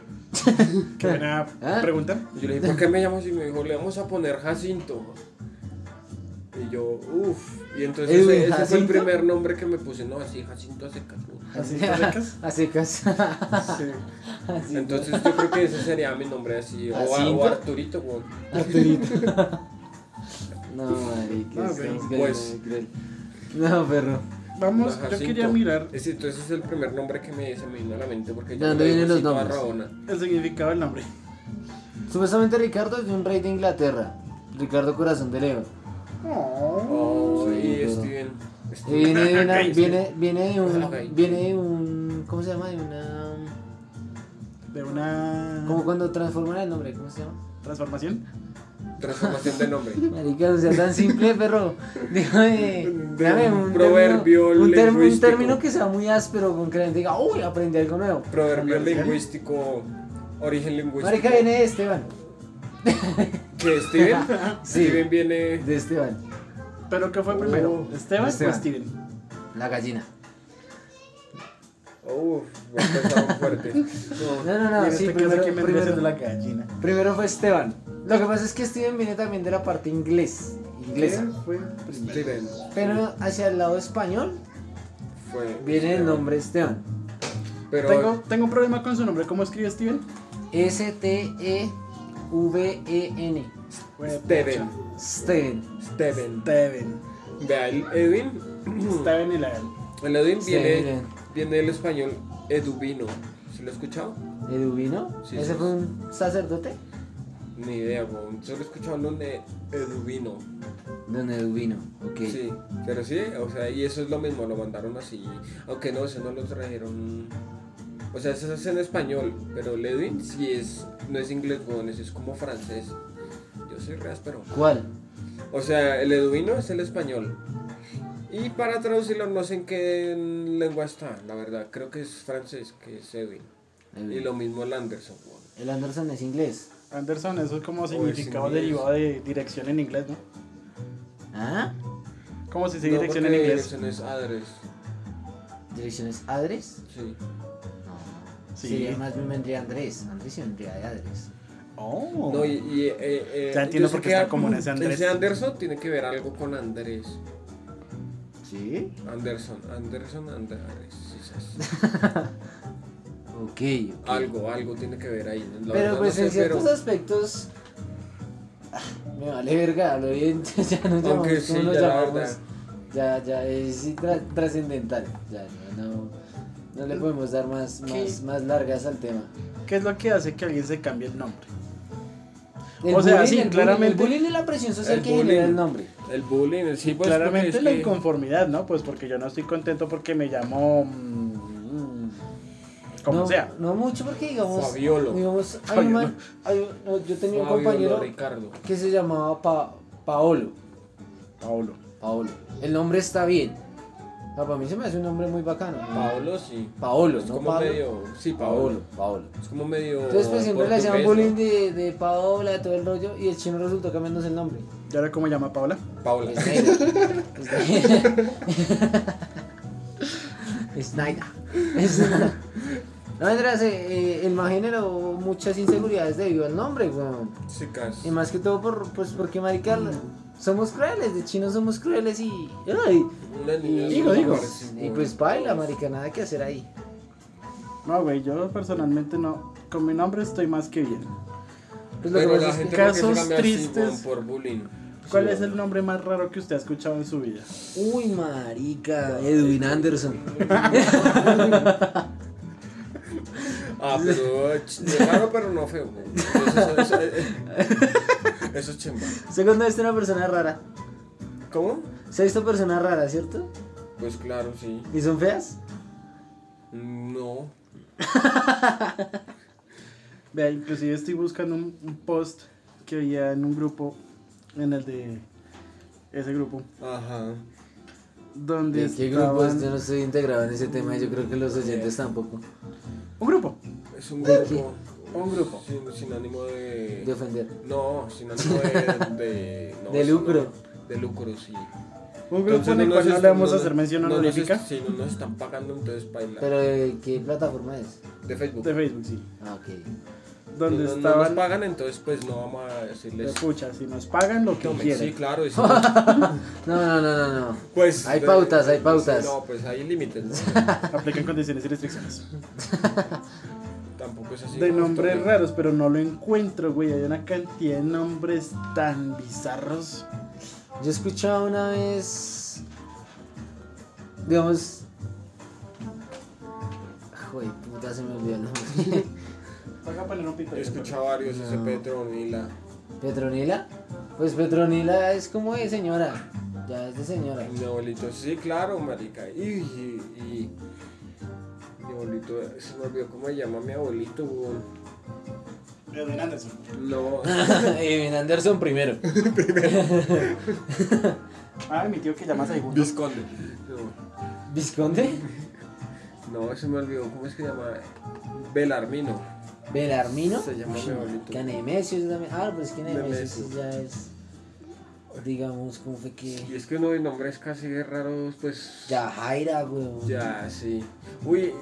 [SPEAKER 2] Qué buena
[SPEAKER 1] ¿Ah?
[SPEAKER 2] pregunta.
[SPEAKER 3] Yo le dije, ¿por qué me llamas? Y me dijo, le vamos a poner Jacinto. Y yo, uff. Y entonces
[SPEAKER 1] Edwin
[SPEAKER 3] ese, ese fue el
[SPEAKER 1] Jacinto.
[SPEAKER 3] primer nombre que me puse. No, así, Jacinto hace caso.
[SPEAKER 2] Así te secas.
[SPEAKER 1] (laughs) A secas. (laughs) Así.
[SPEAKER 3] Entonces yo creo que ese sería mi nombre así. O, a-
[SPEAKER 1] ¿Jacinto?
[SPEAKER 3] o Arturito, weón.
[SPEAKER 1] Arturito. (laughs) No, marica,
[SPEAKER 2] No,
[SPEAKER 1] es que
[SPEAKER 2] pero,
[SPEAKER 1] es cruel,
[SPEAKER 3] pues.
[SPEAKER 1] es cruel. No, perro.
[SPEAKER 2] Vamos,
[SPEAKER 3] Jacinto.
[SPEAKER 2] yo quería mirar
[SPEAKER 3] Ese- entonces es el primer nombre que me, se me vino a la mente. Porque
[SPEAKER 1] ¿De
[SPEAKER 3] yo
[SPEAKER 1] dónde
[SPEAKER 3] le digo
[SPEAKER 1] vienen los
[SPEAKER 3] así toda
[SPEAKER 1] nombres?
[SPEAKER 3] Rabona.
[SPEAKER 2] el significado del nombre.
[SPEAKER 1] Supuestamente Ricardo es de un rey de Inglaterra. Ricardo Corazón de León.
[SPEAKER 3] Oh,
[SPEAKER 1] Sí,
[SPEAKER 3] y
[SPEAKER 1] pero-
[SPEAKER 3] Steven.
[SPEAKER 1] Y
[SPEAKER 3] (laughs) Steven.
[SPEAKER 1] viene de una-
[SPEAKER 2] Sí.
[SPEAKER 1] viene, viene de
[SPEAKER 3] Ay.
[SPEAKER 1] un. Viene de un. ¿Cómo se llama? De una.
[SPEAKER 2] De una
[SPEAKER 1] Como cuando transforman el nombre, ¿cómo se llama?
[SPEAKER 2] transformación.
[SPEAKER 3] Transformación de nombre.
[SPEAKER 1] Marica, no sea tan
[SPEAKER 3] (laughs)
[SPEAKER 1] simple, perro. Dígame.
[SPEAKER 3] un
[SPEAKER 1] dígame un
[SPEAKER 3] proverbio
[SPEAKER 1] término- un, término, un
[SPEAKER 3] lingüístico.
[SPEAKER 1] término que sea muy áspero, con que la gente diga, uy, aprendí algo nuevo.
[SPEAKER 3] Proverbio
[SPEAKER 2] Conversión.
[SPEAKER 3] lingüístico. Origen lingüístico.
[SPEAKER 1] Marica viene de Esteban.
[SPEAKER 3] ¿Que Steven?
[SPEAKER 1] (laughs) Sí.
[SPEAKER 3] Steven viene.
[SPEAKER 1] De Esteban.
[SPEAKER 2] Pero ¿qué fue primero?
[SPEAKER 3] Oh,
[SPEAKER 2] ¿Esteban,
[SPEAKER 1] Esteban.
[SPEAKER 2] o Steven?
[SPEAKER 1] La gallina.
[SPEAKER 3] Uf, me ha pesado fuerte. No.
[SPEAKER 1] No, no, no,
[SPEAKER 2] Y en
[SPEAKER 1] sí,
[SPEAKER 2] este caso,
[SPEAKER 1] primero,
[SPEAKER 2] ¿quién vendría
[SPEAKER 1] primero-
[SPEAKER 2] siendo la gallina?
[SPEAKER 1] Primero fue Esteban. Lo que pasa es que Steven viene también de la parte inglés, inglesa.
[SPEAKER 2] ¿Quién fue primero?
[SPEAKER 3] Steven
[SPEAKER 1] Pero hacia el lado español
[SPEAKER 3] fue.
[SPEAKER 1] viene el nombre Esteban.
[SPEAKER 3] Pero
[SPEAKER 2] Tengo, tengo un problema con su nombre. ¿Cómo escribe Steven?
[SPEAKER 1] E S-T-E-V-E-N.
[SPEAKER 3] Steven. Hmm.
[SPEAKER 1] Steven.
[SPEAKER 3] Steven.
[SPEAKER 2] Steven.
[SPEAKER 3] Vea, el Edwin.
[SPEAKER 2] Steven y la
[SPEAKER 3] El Edwin viene,
[SPEAKER 1] Steven.
[SPEAKER 3] viene del español eduvino. ¿Se lo ha escuchado?
[SPEAKER 1] ¿Eduvino?
[SPEAKER 3] Sí,
[SPEAKER 1] ¿Ese
[SPEAKER 3] sí.
[SPEAKER 1] fue un sacerdote?
[SPEAKER 3] Ni idea, weón. Solo he escuchado el nombre eduvino.
[SPEAKER 1] Don Eduvino, ok.
[SPEAKER 2] Mm.
[SPEAKER 3] Sí, pero sí, o sea, y eso es lo mismo, lo mandaron así. Aunque no, eso no lo trajeron O sea, eso es en español, pero Ledwin sí es, no es inglés, weón, ese es como francés. Yo soy re áspero.
[SPEAKER 1] ¿Cuál?
[SPEAKER 3] O sea, el Edwino es el español. Y para traducirlo, no sé en qué lengua está, la verdad. Creo que es francés, que es Edwin. Y lo mismo el Anderson, weón.
[SPEAKER 1] El Anderson es inglés.
[SPEAKER 2] Anderson, eso es como
[SPEAKER 3] es
[SPEAKER 2] significado
[SPEAKER 3] inglés.
[SPEAKER 2] derivado de dirección en inglés, ¿no?
[SPEAKER 1] ¿Ah?
[SPEAKER 2] Como si se
[SPEAKER 3] No,
[SPEAKER 2] dirección en
[SPEAKER 3] porque
[SPEAKER 2] inglés.
[SPEAKER 3] dirección es address,
[SPEAKER 1] ¿Direcciones Adres?
[SPEAKER 3] sí.
[SPEAKER 1] No.
[SPEAKER 2] Sí.
[SPEAKER 1] Sería más bien vendría Andrés. Andrés y vendría de Adres.
[SPEAKER 2] Oh.
[SPEAKER 3] No, y, y, eh, eh,
[SPEAKER 2] Ya entiendo
[SPEAKER 3] yo sé
[SPEAKER 2] por qué
[SPEAKER 3] que
[SPEAKER 2] está
[SPEAKER 3] a-
[SPEAKER 2] como en ese Andrés.
[SPEAKER 3] Ese Anderson tiene que ver algo con Andrés.
[SPEAKER 1] ¿Sí?
[SPEAKER 3] Anderson, Anderson, Andrés.
[SPEAKER 1] (laughs)
[SPEAKER 3] quizás.
[SPEAKER 1] Ok. ok.
[SPEAKER 3] Algo, algo tiene que ver ahí. La verdad
[SPEAKER 1] Pero
[SPEAKER 3] no
[SPEAKER 1] pues
[SPEAKER 3] sé,
[SPEAKER 1] en
[SPEAKER 3] pero-
[SPEAKER 1] ciertos aspectos. ah, Me vale verga, lo bien, (laughs) ya nos llamamos
[SPEAKER 3] Aunque sí,
[SPEAKER 1] como nos
[SPEAKER 3] ya la
[SPEAKER 1] llamamos.
[SPEAKER 3] verdad.
[SPEAKER 1] Ya, ya, es tra- trascendental. Ya, ya, no, no le podemos dar más, más, más largas al tema.
[SPEAKER 2] ¿Qué es lo que hace que alguien se cambie el nombre?
[SPEAKER 1] El
[SPEAKER 2] O sea, sí,
[SPEAKER 1] el
[SPEAKER 2] claramente-
[SPEAKER 1] Bullying, el bullying y la presión social
[SPEAKER 3] El
[SPEAKER 1] que genera
[SPEAKER 3] bullying.
[SPEAKER 1] el nombre.
[SPEAKER 3] El bullying, sí, pues.
[SPEAKER 2] Claramente
[SPEAKER 3] porque es
[SPEAKER 2] la
[SPEAKER 3] que-
[SPEAKER 2] inconformidad, ¿no? Pues porque yo no estoy contento porque me llamo. mm, como
[SPEAKER 1] no,
[SPEAKER 2] sea.
[SPEAKER 1] No mucho porque digamos.
[SPEAKER 3] Fabiolo.
[SPEAKER 1] digamos, hay
[SPEAKER 2] Fabiolo.
[SPEAKER 1] un man- hay un- no, yo tenía un
[SPEAKER 3] Fabio,
[SPEAKER 1] compañero
[SPEAKER 3] Ricardo.
[SPEAKER 1] que se llamaba Pa- Paolo.
[SPEAKER 2] Paolo.
[SPEAKER 1] Paolo. El nombre está bien. O sea, para mí se me hace un nombre muy bacano.
[SPEAKER 3] Paolo, sí.
[SPEAKER 1] Paolo,
[SPEAKER 3] es
[SPEAKER 1] ¿no?
[SPEAKER 3] como
[SPEAKER 1] Pablo?
[SPEAKER 3] medio. Sí,
[SPEAKER 1] Paolo,
[SPEAKER 3] Paolo. Eh,
[SPEAKER 1] Paolo.
[SPEAKER 3] Es como medio.
[SPEAKER 1] Entonces pues siempre le hacían
[SPEAKER 3] portugués,
[SPEAKER 1] bullying de, de Paola, todo el rollo, y el chino resultó cambiándose el
[SPEAKER 3] (laughs)
[SPEAKER 1] nombre.
[SPEAKER 2] ¿Y ahora cómo llama Paola?
[SPEAKER 3] ¿no? Paola.
[SPEAKER 1] Es negra. Es negra. Es negra. Es negra. No, mientras, eh, eh, el man generó muchas inseguridades debido al nombre, weón.
[SPEAKER 3] (laughs) Sí, casi.
[SPEAKER 1] Y más que todo por, pues, porque marica,
[SPEAKER 3] Mm.
[SPEAKER 1] somos crueles, de chinos somos crueles y... ay,
[SPEAKER 3] Una niña
[SPEAKER 2] Digo,
[SPEAKER 3] de
[SPEAKER 2] digo.
[SPEAKER 3] hombres, sí,
[SPEAKER 1] Y
[SPEAKER 3] muy-
[SPEAKER 1] pues baila, marica, nada que hacer ahí.
[SPEAKER 2] No, güey, yo personalmente no. Con mi nombre estoy más que bien.
[SPEAKER 1] Pues lo que
[SPEAKER 3] Pero
[SPEAKER 1] pasa
[SPEAKER 3] la
[SPEAKER 1] es que-
[SPEAKER 3] gente
[SPEAKER 2] casos
[SPEAKER 3] casos
[SPEAKER 2] tristes-
[SPEAKER 3] tristes. por bullying.
[SPEAKER 2] ¿Cuál
[SPEAKER 3] Sí,
[SPEAKER 2] es el nombre más raro que usted ha escuchado en su vida?
[SPEAKER 1] Uy, marica, Edwin Anderson. (laughs)
[SPEAKER 3] Ah, pero. ch- Raro, pero no feo. güey. Eso, eso- eso- eso es chimba.
[SPEAKER 1] Usted cuando viste una persona rara,
[SPEAKER 3] ¿Cómo?
[SPEAKER 1] se ha visto personas raras, ¿cierto?
[SPEAKER 3] Pues claro, sí.
[SPEAKER 1] ¿Y son feas?
[SPEAKER 3] No.
[SPEAKER 2] Vea, inclusive estoy buscando un, un post que había en un grupo, en el de ese grupo,
[SPEAKER 3] Ajá.
[SPEAKER 2] donde
[SPEAKER 1] ¿De qué grupo?
[SPEAKER 2] estaban-
[SPEAKER 1] Yo no estoy integrado en ese tema, yo creo que los oyentes tampoco.
[SPEAKER 2] Un grupo,
[SPEAKER 3] Es un grupo.
[SPEAKER 2] Un grupo.
[SPEAKER 3] Sin, sin ánimo de.
[SPEAKER 1] De ofender.
[SPEAKER 3] No, sin ánimo de. De, no,
[SPEAKER 1] De
[SPEAKER 3] eso
[SPEAKER 1] lucro.
[SPEAKER 3] no. de lucro, sí.
[SPEAKER 2] un grupo en el
[SPEAKER 3] no
[SPEAKER 2] cual
[SPEAKER 3] nos
[SPEAKER 2] no
[SPEAKER 3] es-
[SPEAKER 2] le vamos a
[SPEAKER 3] no-
[SPEAKER 2] hacer mención
[SPEAKER 3] no nos es-
[SPEAKER 2] honorífica
[SPEAKER 3] Sí, no nos están pagando, entonces paila.
[SPEAKER 1] Pero ¿de qué plataforma es?
[SPEAKER 3] de Facebook.
[SPEAKER 2] de Facebook, sí.
[SPEAKER 1] Ah, ok.
[SPEAKER 2] Donde
[SPEAKER 3] no, no- no nos
[SPEAKER 2] estaban.
[SPEAKER 3] pagan, entonces pues no vamos a decirles.
[SPEAKER 2] Escucha, si nos pagan lo que
[SPEAKER 3] Tomen.
[SPEAKER 2] quieran. (laughs)
[SPEAKER 3] sí, claro. eso-
[SPEAKER 1] No, no, no, no, no.
[SPEAKER 3] pues,
[SPEAKER 1] Hay pautas, hay pautas.
[SPEAKER 3] No, pues hay
[SPEAKER 1] (laughs)
[SPEAKER 3] límites. ¿no?
[SPEAKER 2] Aplican condiciones y restricciones.
[SPEAKER 3] Tampoco es así.
[SPEAKER 2] De
[SPEAKER 3] como
[SPEAKER 2] nombres
[SPEAKER 3] estoy-
[SPEAKER 2] raros, pero no lo encuentro, güey. Hay una cantidad de nombres tan bizarros.
[SPEAKER 1] Yo escuchaba una vez. Digamos. Joder, puta, se me olvidó el nombre.
[SPEAKER 2] Paga poner un pito.
[SPEAKER 3] He escuchado varios, ese
[SPEAKER 1] No.
[SPEAKER 3] Petronila.
[SPEAKER 1] ¿Petronila? Pues Petronila es como de señora. Ya es de señora. (laughs)
[SPEAKER 3] Mi abuelito, sí, claro, marica. Y, y, y- mi abuelito, se me olvidó cómo se llama mi abuelito, weón.
[SPEAKER 2] Edwin Anderson.
[SPEAKER 1] (laughs)
[SPEAKER 3] No,
[SPEAKER 1] Edwin Anderson primero.
[SPEAKER 2] Ah, mi tío que llamas ahí.
[SPEAKER 3] Visconde. No,
[SPEAKER 1] ¿Visconde?
[SPEAKER 3] no, se me olvidó cómo es que se llama. Belarmino.
[SPEAKER 1] ¿Belarmino?
[SPEAKER 3] Se llama
[SPEAKER 1] Uy,
[SPEAKER 3] mi abuelito.
[SPEAKER 1] que Nemesio es también. Ah, pues que Nemesio sí
[SPEAKER 3] Nemesio.
[SPEAKER 1] ya es. Digamos, ¿cómo fue
[SPEAKER 3] Y
[SPEAKER 1] que.?
[SPEAKER 3] es que uno de nombres casi raros, pues.
[SPEAKER 1] Ya Jaira, weón.
[SPEAKER 3] Ya, sí. Uy,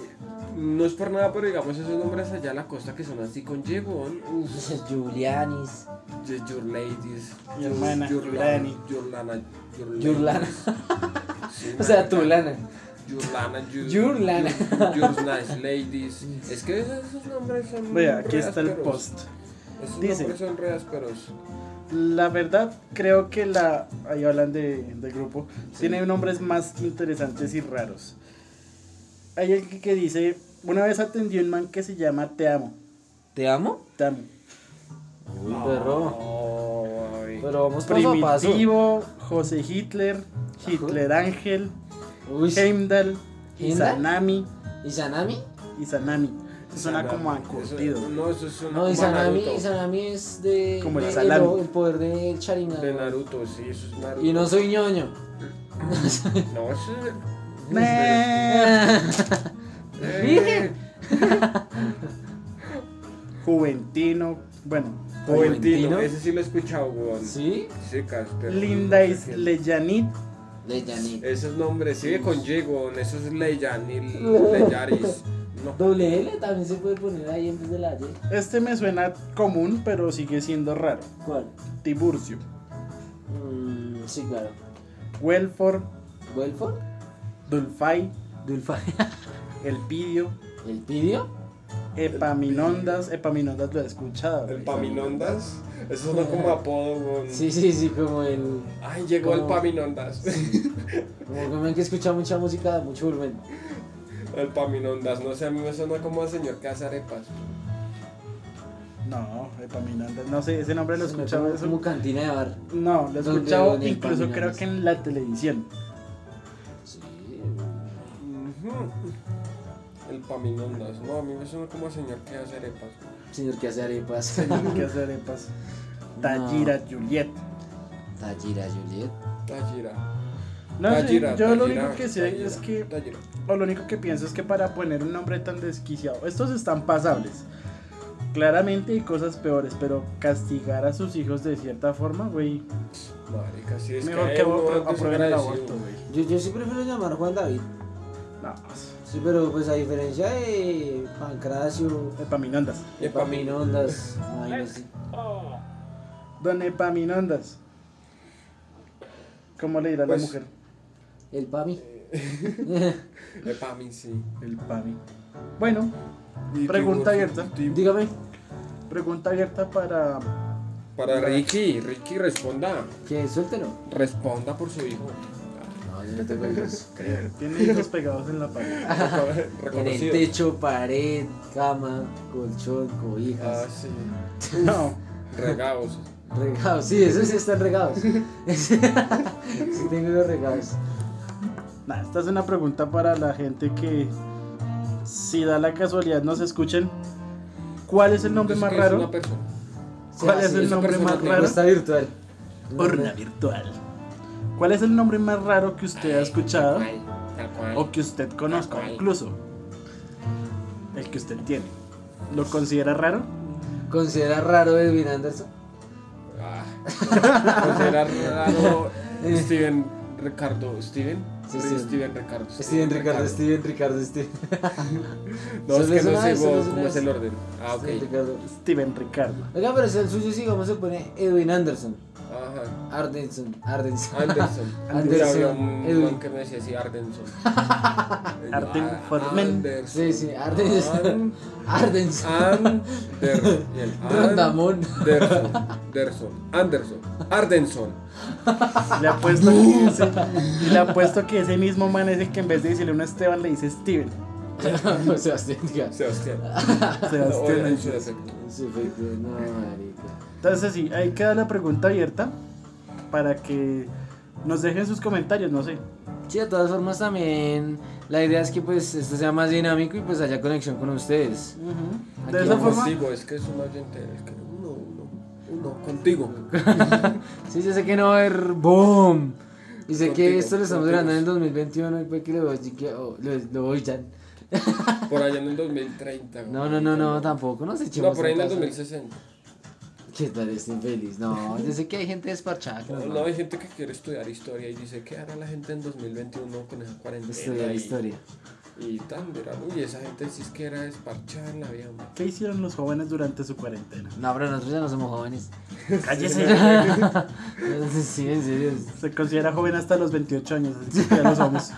[SPEAKER 3] no es por nada, pero digamos esos nombres allá a la costa que son así con Yegón. Uf,
[SPEAKER 1] (laughs) Julianis.
[SPEAKER 3] just Your Ladies.
[SPEAKER 2] Mi hermana, Lani.
[SPEAKER 3] Yurlana. Yurlana.
[SPEAKER 1] Yurlana.
[SPEAKER 3] (laughs) Sí,
[SPEAKER 1] O sea,
[SPEAKER 3] marica.
[SPEAKER 1] Tulana.
[SPEAKER 3] Yurlana.
[SPEAKER 1] Yurlana.
[SPEAKER 3] Your Nice Ladies. Es que esos, esos nombres son.
[SPEAKER 2] Vea, aquí
[SPEAKER 3] re
[SPEAKER 2] está el
[SPEAKER 3] ásperos.
[SPEAKER 2] post.
[SPEAKER 3] Esos
[SPEAKER 2] Dice.
[SPEAKER 3] nombres son re ásperos.
[SPEAKER 2] La verdad, creo que la. Ahí hablan de, del grupo. Tiene nombres más interesantes y raros. Hay alguien que dice: Una vez atendí a un man que se llama Te amo.
[SPEAKER 1] ¿Te amo?
[SPEAKER 2] Te amo.
[SPEAKER 1] Uy, perro.
[SPEAKER 3] Ay.
[SPEAKER 1] Pero vamos paso a paso.
[SPEAKER 2] Primitivo, José Hitler, Hitler Ángel,
[SPEAKER 1] Uy,
[SPEAKER 3] Pues,
[SPEAKER 2] Heimdall,
[SPEAKER 1] ¿Heimdall?
[SPEAKER 2] Izanami,
[SPEAKER 1] ¿Y Sanami?
[SPEAKER 2] Izanami. Eso suena como a curtido.
[SPEAKER 3] Eso- No, eso es una.
[SPEAKER 1] No,
[SPEAKER 3] como a
[SPEAKER 1] Izanami,
[SPEAKER 3] Naruto.
[SPEAKER 1] Izanami es de.
[SPEAKER 2] Como el
[SPEAKER 1] de-
[SPEAKER 2] salami.
[SPEAKER 1] el, el poder de Sharingan.
[SPEAKER 3] De Naruto, sí, eso es Naruto.
[SPEAKER 1] Y no soy ñoño.
[SPEAKER 3] No, Este, eso es.
[SPEAKER 2] Nah.
[SPEAKER 3] Eh,
[SPEAKER 1] Virgen.
[SPEAKER 2] Juventino. Bueno.
[SPEAKER 3] Juventino,
[SPEAKER 1] Juventino.
[SPEAKER 3] ese sí lo he escuchado, weón.
[SPEAKER 1] ¿Sí?
[SPEAKER 3] Sí, Casper.
[SPEAKER 2] Linda
[SPEAKER 3] No sé qué.
[SPEAKER 2] Isleyanit.
[SPEAKER 1] De Yanit.
[SPEAKER 3] Esos nombres, sí, con Y, weón. Eso es
[SPEAKER 2] (laughs)
[SPEAKER 3] Leyan y Leyaris. No.
[SPEAKER 1] Doble L también se puede poner ahí en vez de la Y.
[SPEAKER 2] Este me suena común, pero sigue siendo raro.
[SPEAKER 1] ¿Cuál?
[SPEAKER 2] Tiburcio.
[SPEAKER 1] Mm, sí, claro.
[SPEAKER 2] Welford.
[SPEAKER 1] ¿Welford?
[SPEAKER 2] Dulfai.
[SPEAKER 1] Dulfa. (laughs)
[SPEAKER 2] Elpidio.
[SPEAKER 1] ¿El pidio?
[SPEAKER 2] Epaminondas. Epaminondas lo he escuchado. güey.
[SPEAKER 3] El Paminondas. Eso no como apodo, weón.
[SPEAKER 1] Sí, sí, sí, como el.
[SPEAKER 3] Ay, llegó el
[SPEAKER 1] Como-
[SPEAKER 3] Paminondas.
[SPEAKER 1] Como que me han que escuchar mucha música de mucho volumen.
[SPEAKER 3] (laughs) El Paminondas, no sé, a mí me suena como al señor que hace arepas.
[SPEAKER 2] No, Epaminondas. No sé, ese nombre lo
[SPEAKER 1] Se me como-
[SPEAKER 2] escuchaba.
[SPEAKER 1] Como cantina de bar.
[SPEAKER 2] No, lo he
[SPEAKER 1] ¿Dónde,
[SPEAKER 2] escuchado
[SPEAKER 1] dónde,
[SPEAKER 2] incluso creo
[SPEAKER 1] Epaminondas?
[SPEAKER 2] que en la
[SPEAKER 3] (laughs)
[SPEAKER 2] televisión.
[SPEAKER 1] Sí.
[SPEAKER 3] Ujú. El Paminondas, no, a mí me suena como al señor que hace arepas.
[SPEAKER 1] Señor que hace (laughs) arepas.
[SPEAKER 2] Señor que hace arepas. Tayira Juliet.
[SPEAKER 1] Tajira Juliet.
[SPEAKER 3] Tajira.
[SPEAKER 2] No sé,
[SPEAKER 3] Tajira,
[SPEAKER 2] yo lo
[SPEAKER 3] Tajira,
[SPEAKER 2] único que sé
[SPEAKER 3] Tajira,
[SPEAKER 2] es que,
[SPEAKER 3] Tajira.
[SPEAKER 2] o lo único que pienso es que para poner un nombre tan desquiciado, estos están pasables. Claramente hay cosas peores, pero castigar a sus hijos de cierta forma, güey,
[SPEAKER 3] Marica, sí, es
[SPEAKER 2] mejor
[SPEAKER 3] que,
[SPEAKER 2] que
[SPEAKER 3] uno
[SPEAKER 2] apro-
[SPEAKER 3] antes
[SPEAKER 2] aprueben el
[SPEAKER 3] agradecido.
[SPEAKER 2] aborto, güey.
[SPEAKER 1] Yo, yo sí prefiero llamar Juan David.
[SPEAKER 2] No,
[SPEAKER 1] Sí, pero pues a diferencia de Pancracio,
[SPEAKER 2] Epaminondas.
[SPEAKER 1] Epaminondas, ay, no sé.
[SPEAKER 2] Don Epaminondas. ¿Cómo le dirá
[SPEAKER 3] Pues-
[SPEAKER 2] la mujer?
[SPEAKER 1] el Pami. (laughs)
[SPEAKER 3] Epamin, sí.
[SPEAKER 2] El Pami. Bueno,
[SPEAKER 3] Y
[SPEAKER 2] Pregunta
[SPEAKER 3] tuvimos-
[SPEAKER 2] abierta.
[SPEAKER 3] tu-
[SPEAKER 1] Dígame.
[SPEAKER 2] pregunta abierta para...
[SPEAKER 3] Para Ricky, Ricky responda.
[SPEAKER 1] Que suéltelo.
[SPEAKER 3] Responda por su hijo.
[SPEAKER 1] No, yo no tengo (laughs) hijos.
[SPEAKER 2] Tiene
[SPEAKER 3] (laughs)
[SPEAKER 2] hijos pegados en la pared. (laughs)
[SPEAKER 1] En el
[SPEAKER 3] Reconocido.
[SPEAKER 1] techo, pared, cama, colchón,
[SPEAKER 3] Ah,
[SPEAKER 1] cobijas.
[SPEAKER 3] sí.
[SPEAKER 2] No.
[SPEAKER 1] (laughs)
[SPEAKER 3] Regados.
[SPEAKER 1] Regados, sí, esos sí están (laughs) regados. sí tengo los regados.
[SPEAKER 2] Nah, esta es una pregunta para la gente que, si da la casualidad, nos escuchen. ¿Cuál es el nombre
[SPEAKER 3] Entonces,
[SPEAKER 2] más
[SPEAKER 3] ¿qué Pues es
[SPEAKER 2] raro?
[SPEAKER 3] una persona?
[SPEAKER 2] ¿Cuál es el
[SPEAKER 3] esa
[SPEAKER 2] nombre
[SPEAKER 3] persona
[SPEAKER 2] más
[SPEAKER 3] tiene
[SPEAKER 2] raro?
[SPEAKER 1] Está virtual.
[SPEAKER 2] Horna virtual. ¿Cuál es el nombre más raro que usted ha escuchado
[SPEAKER 3] Tal cual, tal cual.
[SPEAKER 2] o que usted conozca,
[SPEAKER 3] Ay.
[SPEAKER 2] incluso? El que usted tiene. ¿Lo considera raro?
[SPEAKER 1] ¿Considera raro Edwin Anderson?
[SPEAKER 3] Ah. Pues
[SPEAKER 1] (laughs)
[SPEAKER 3] era raro Steven Ricardo. ¿Steven?
[SPEAKER 1] Sí,
[SPEAKER 3] Sí,
[SPEAKER 1] sí.
[SPEAKER 3] Steven Ricardo.
[SPEAKER 1] Steven Ricardo, Steven Ricardo, Steven.
[SPEAKER 3] No, es
[SPEAKER 1] Solo
[SPEAKER 3] que
[SPEAKER 1] es
[SPEAKER 3] no
[SPEAKER 1] una
[SPEAKER 3] sé
[SPEAKER 1] vez, solo
[SPEAKER 3] cómo
[SPEAKER 1] es una
[SPEAKER 3] cómo es
[SPEAKER 1] vez.
[SPEAKER 3] el orden. Ah, ok.
[SPEAKER 1] Steven Ricardo.
[SPEAKER 2] Steven Ricardo.
[SPEAKER 1] Oiga, pero si el suyo sí, ¿cómo se pone Edwin Anderson?
[SPEAKER 3] Ajá.
[SPEAKER 1] Ardenson, Ardenson. (laughs)
[SPEAKER 3] Anderson.
[SPEAKER 1] Anderson.
[SPEAKER 3] Había un
[SPEAKER 1] Edwin.
[SPEAKER 3] man que me decía
[SPEAKER 1] (laughs)
[SPEAKER 3] así, Ardenson. ah,
[SPEAKER 2] Arden Formen.
[SPEAKER 3] Anderson. Ah,
[SPEAKER 1] Sí, sí, Ardenson.
[SPEAKER 3] An-
[SPEAKER 1] Ah. Ardenson.
[SPEAKER 3] Ander- y el
[SPEAKER 1] (laughs) Rondamón.
[SPEAKER 3] Anderson. Anderson. Anderson. Ardenson.
[SPEAKER 2] Le apuesto, que ese, le apuesto que ese mismo man es el que en vez de decirle uno a Esteban le dice Steven.
[SPEAKER 1] O (laughs) Sebastián, diga.
[SPEAKER 3] Sebastián.
[SPEAKER 2] Sebastián.
[SPEAKER 3] Hola, en su defecto.
[SPEAKER 1] Sí, efecto, no, marica.
[SPEAKER 2] Entonces sí, ahí queda la pregunta abierta para que nos dejen sus comentarios, no sé.
[SPEAKER 1] Sí, de todas formas también la idea es que pues esto sea más dinámico y pues haya conexión con ustedes. Aquí
[SPEAKER 2] De esa
[SPEAKER 1] vamos.
[SPEAKER 2] forma,
[SPEAKER 3] Contigo, es que es un oyente, es que uno, uno, uno, contigo.
[SPEAKER 1] Sí, yo sé que no va a haber boom. Y sé que
[SPEAKER 3] Contigo,
[SPEAKER 1] esto lo estamos
[SPEAKER 3] contigo.
[SPEAKER 1] grabando en el 2021 y puede que lo, que- o- lo, lo oigan.
[SPEAKER 3] Por allá en el 2030.
[SPEAKER 1] (laughs)
[SPEAKER 3] güey.
[SPEAKER 1] No, no, no, no, tampoco ¿eh? nos echemos.
[SPEAKER 3] No, por ahí en el
[SPEAKER 1] tantas-
[SPEAKER 3] 2060.
[SPEAKER 1] ¿Qué tal este infeliz? No, yo sé que hay gente desparchada que nos
[SPEAKER 3] No,
[SPEAKER 1] va
[SPEAKER 3] hay gente que quiere estudiar historia y dice, ¿qué hará la gente en 2021 con esa
[SPEAKER 1] a
[SPEAKER 3] cuarentena?
[SPEAKER 1] estudiar
[SPEAKER 3] y,
[SPEAKER 1] historia.
[SPEAKER 3] Y tan, dirán, uy, esa gente sí es que era desparchada en la vida, hombre".
[SPEAKER 2] ¿qué hicieron los jóvenes durante
[SPEAKER 1] (laughs)
[SPEAKER 2] su cuarentena?
[SPEAKER 1] No, pero nosotros ya no somos
[SPEAKER 3] (laughs)
[SPEAKER 1] jóvenes.
[SPEAKER 2] Cállese.
[SPEAKER 1] (laughs) sí, en serio.
[SPEAKER 2] (laughs) Se considera joven hasta los 28 años, así que ya lo somos.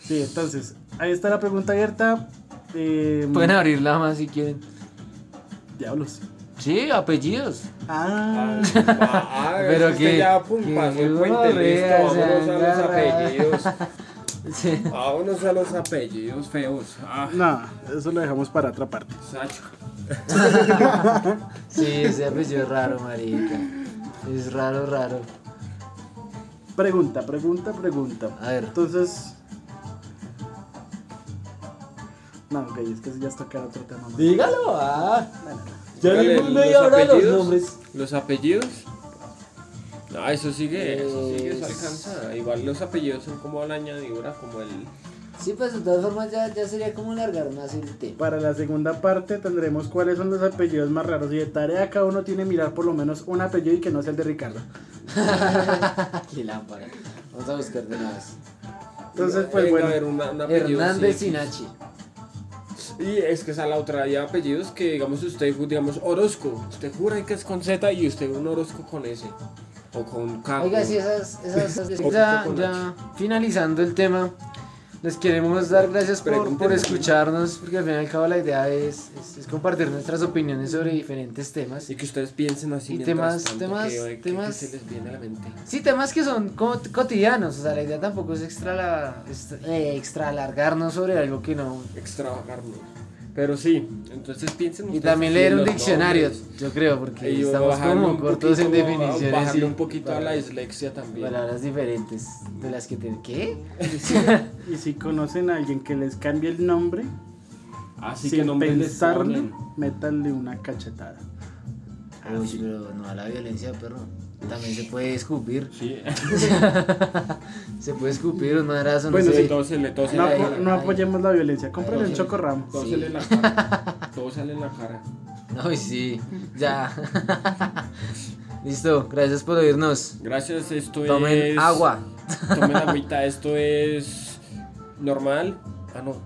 [SPEAKER 2] Sí, entonces, ahí está la pregunta abierta. Eh,
[SPEAKER 1] Pueden abrirla más si quieren.
[SPEAKER 2] Diablos.
[SPEAKER 1] Sí, apellidos.
[SPEAKER 2] Ah,
[SPEAKER 3] Ah, ah,
[SPEAKER 1] Pero
[SPEAKER 3] es que
[SPEAKER 1] que-
[SPEAKER 3] ya, pum,
[SPEAKER 1] que
[SPEAKER 3] pasó el
[SPEAKER 1] uno
[SPEAKER 3] puente,
[SPEAKER 1] rea,
[SPEAKER 3] listo, vámonos
[SPEAKER 1] se
[SPEAKER 3] a los
[SPEAKER 1] agarra.
[SPEAKER 3] apellidos.
[SPEAKER 1] Sí.
[SPEAKER 3] Vámonos a los apellidos feos. Ah,
[SPEAKER 2] no, eso lo dejamos para otra parte.
[SPEAKER 3] Sacho.
[SPEAKER 1] Sí, ese apellido es raro, marica. Es raro, raro.
[SPEAKER 2] Pregunta, pregunta, pregunta.
[SPEAKER 1] A ver.
[SPEAKER 2] Entonces, No, ok, es que eso ya está acá otro tema más.
[SPEAKER 4] Dígalo, ah. Ya
[SPEAKER 3] Dígale,
[SPEAKER 4] dimos
[SPEAKER 3] ¿los
[SPEAKER 4] media hora de los
[SPEAKER 3] apellidos?
[SPEAKER 4] nombres.
[SPEAKER 3] ¿Los apellidos? No, eso sigue, eso
[SPEAKER 4] Pues-
[SPEAKER 3] sigue, eso
[SPEAKER 1] Es-
[SPEAKER 3] alcanza. Igual los apellidos son como la añadidura, como el.
[SPEAKER 1] Sí, pues de todas formas ya, ya sería como largar más el tema. (laughs)
[SPEAKER 2] Para la segunda parte tendremos cuáles son los apellidos más raros. Y de tarea cada uno tiene mirar por lo menos un apellido y que no sea el de Ricardo.
[SPEAKER 1] Qué lámpara. Vamos a buscar de una vez.
[SPEAKER 2] Entonces,
[SPEAKER 3] Venga,
[SPEAKER 2] pues
[SPEAKER 3] a
[SPEAKER 2] bueno.
[SPEAKER 3] ver, una- un apellido,
[SPEAKER 1] Hernández
[SPEAKER 3] sí.
[SPEAKER 1] Sinachi.
[SPEAKER 3] Y es que esa es la otra, hay apellidos que digamos usted, digamos Orozco, usted jura que es con Z y usted un Orozco con S o con K.
[SPEAKER 1] Oiga,
[SPEAKER 3] o-
[SPEAKER 1] sí, esas. esas
[SPEAKER 3] Ojo
[SPEAKER 1] ya,
[SPEAKER 3] con
[SPEAKER 1] ya finalizando el tema, les queremos dar gracias por, por
[SPEAKER 3] Pregúntenme.
[SPEAKER 1] escucharnos, porque al fin y al cabo la idea es, es, es compartir nuestras opiniones sobre diferentes temas.
[SPEAKER 3] Y que ustedes piensen
[SPEAKER 1] Y
[SPEAKER 3] así. mientras
[SPEAKER 1] temas-
[SPEAKER 3] tanto,
[SPEAKER 1] temas-
[SPEAKER 3] que- que- que
[SPEAKER 1] temas-
[SPEAKER 3] se les viene a la mente.
[SPEAKER 1] Sí, temas que son co- cotidianos, o sea, la idea tampoco es extra, la, es- eh, extra alargarnos sobre algo que no...
[SPEAKER 3] Extravagarnos. Pero sí, entonces piensen
[SPEAKER 1] Y
[SPEAKER 3] ustedes
[SPEAKER 1] también
[SPEAKER 3] así
[SPEAKER 1] leer
[SPEAKER 3] en
[SPEAKER 1] un
[SPEAKER 3] los
[SPEAKER 1] diccionario,
[SPEAKER 3] nombres.
[SPEAKER 1] yo creo, porque
[SPEAKER 3] Y
[SPEAKER 1] estamos
[SPEAKER 3] bajarle
[SPEAKER 1] como
[SPEAKER 3] un
[SPEAKER 1] cortos en
[SPEAKER 3] poquito-
[SPEAKER 1] definiciones
[SPEAKER 3] Bajarle
[SPEAKER 1] y
[SPEAKER 3] un poquito a la dislexia también.
[SPEAKER 1] palabras diferentes de las que te... ¿Qué?
[SPEAKER 2] Y si conocen a alguien que les cambie el nombre,
[SPEAKER 3] Así que
[SPEAKER 2] sin
[SPEAKER 3] no
[SPEAKER 2] pensarle, métanle una cachetada.
[SPEAKER 3] Ah,
[SPEAKER 1] Uy, pero no a la violencia, perro. También se puede escupir. (laughs)
[SPEAKER 3] Sí.
[SPEAKER 1] Se puede escupir un madrazo, no
[SPEAKER 2] Bueno,
[SPEAKER 1] sé.
[SPEAKER 3] Sí, tósele, tósele.
[SPEAKER 2] No,
[SPEAKER 1] Ay,
[SPEAKER 2] apo-
[SPEAKER 1] ay,
[SPEAKER 2] no
[SPEAKER 1] ay.
[SPEAKER 2] apoyemos la violencia. Cómprale
[SPEAKER 1] Ay,
[SPEAKER 2] un chocorramo.
[SPEAKER 1] sí.
[SPEAKER 3] Tósele en la
[SPEAKER 1] (laughs)
[SPEAKER 3] cara. Tósele en la cara.
[SPEAKER 1] (laughs) Ay, sí, ya. (laughs) Listo, gracias por oírnos.
[SPEAKER 3] Gracias, esto es.
[SPEAKER 1] Tomen agua.
[SPEAKER 3] Tomen agüita, esto es. Normal. Ah, no.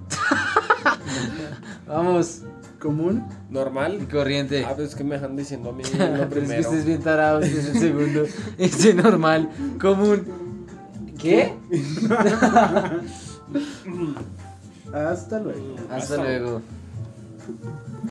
[SPEAKER 1] Vamos,
[SPEAKER 2] Común.
[SPEAKER 1] y
[SPEAKER 3] Normal.
[SPEAKER 1] corriente.
[SPEAKER 3] Ah, pero es que me dejan diciendo a
[SPEAKER 1] (laughs)
[SPEAKER 3] mí lo
[SPEAKER 1] Pero es que
[SPEAKER 3] primero.
[SPEAKER 1] este es bien tarado, este es el segundo. (laughs) Este es normal, común. ¿Qué?
[SPEAKER 2] Hasta luego.
[SPEAKER 1] Hasta luego.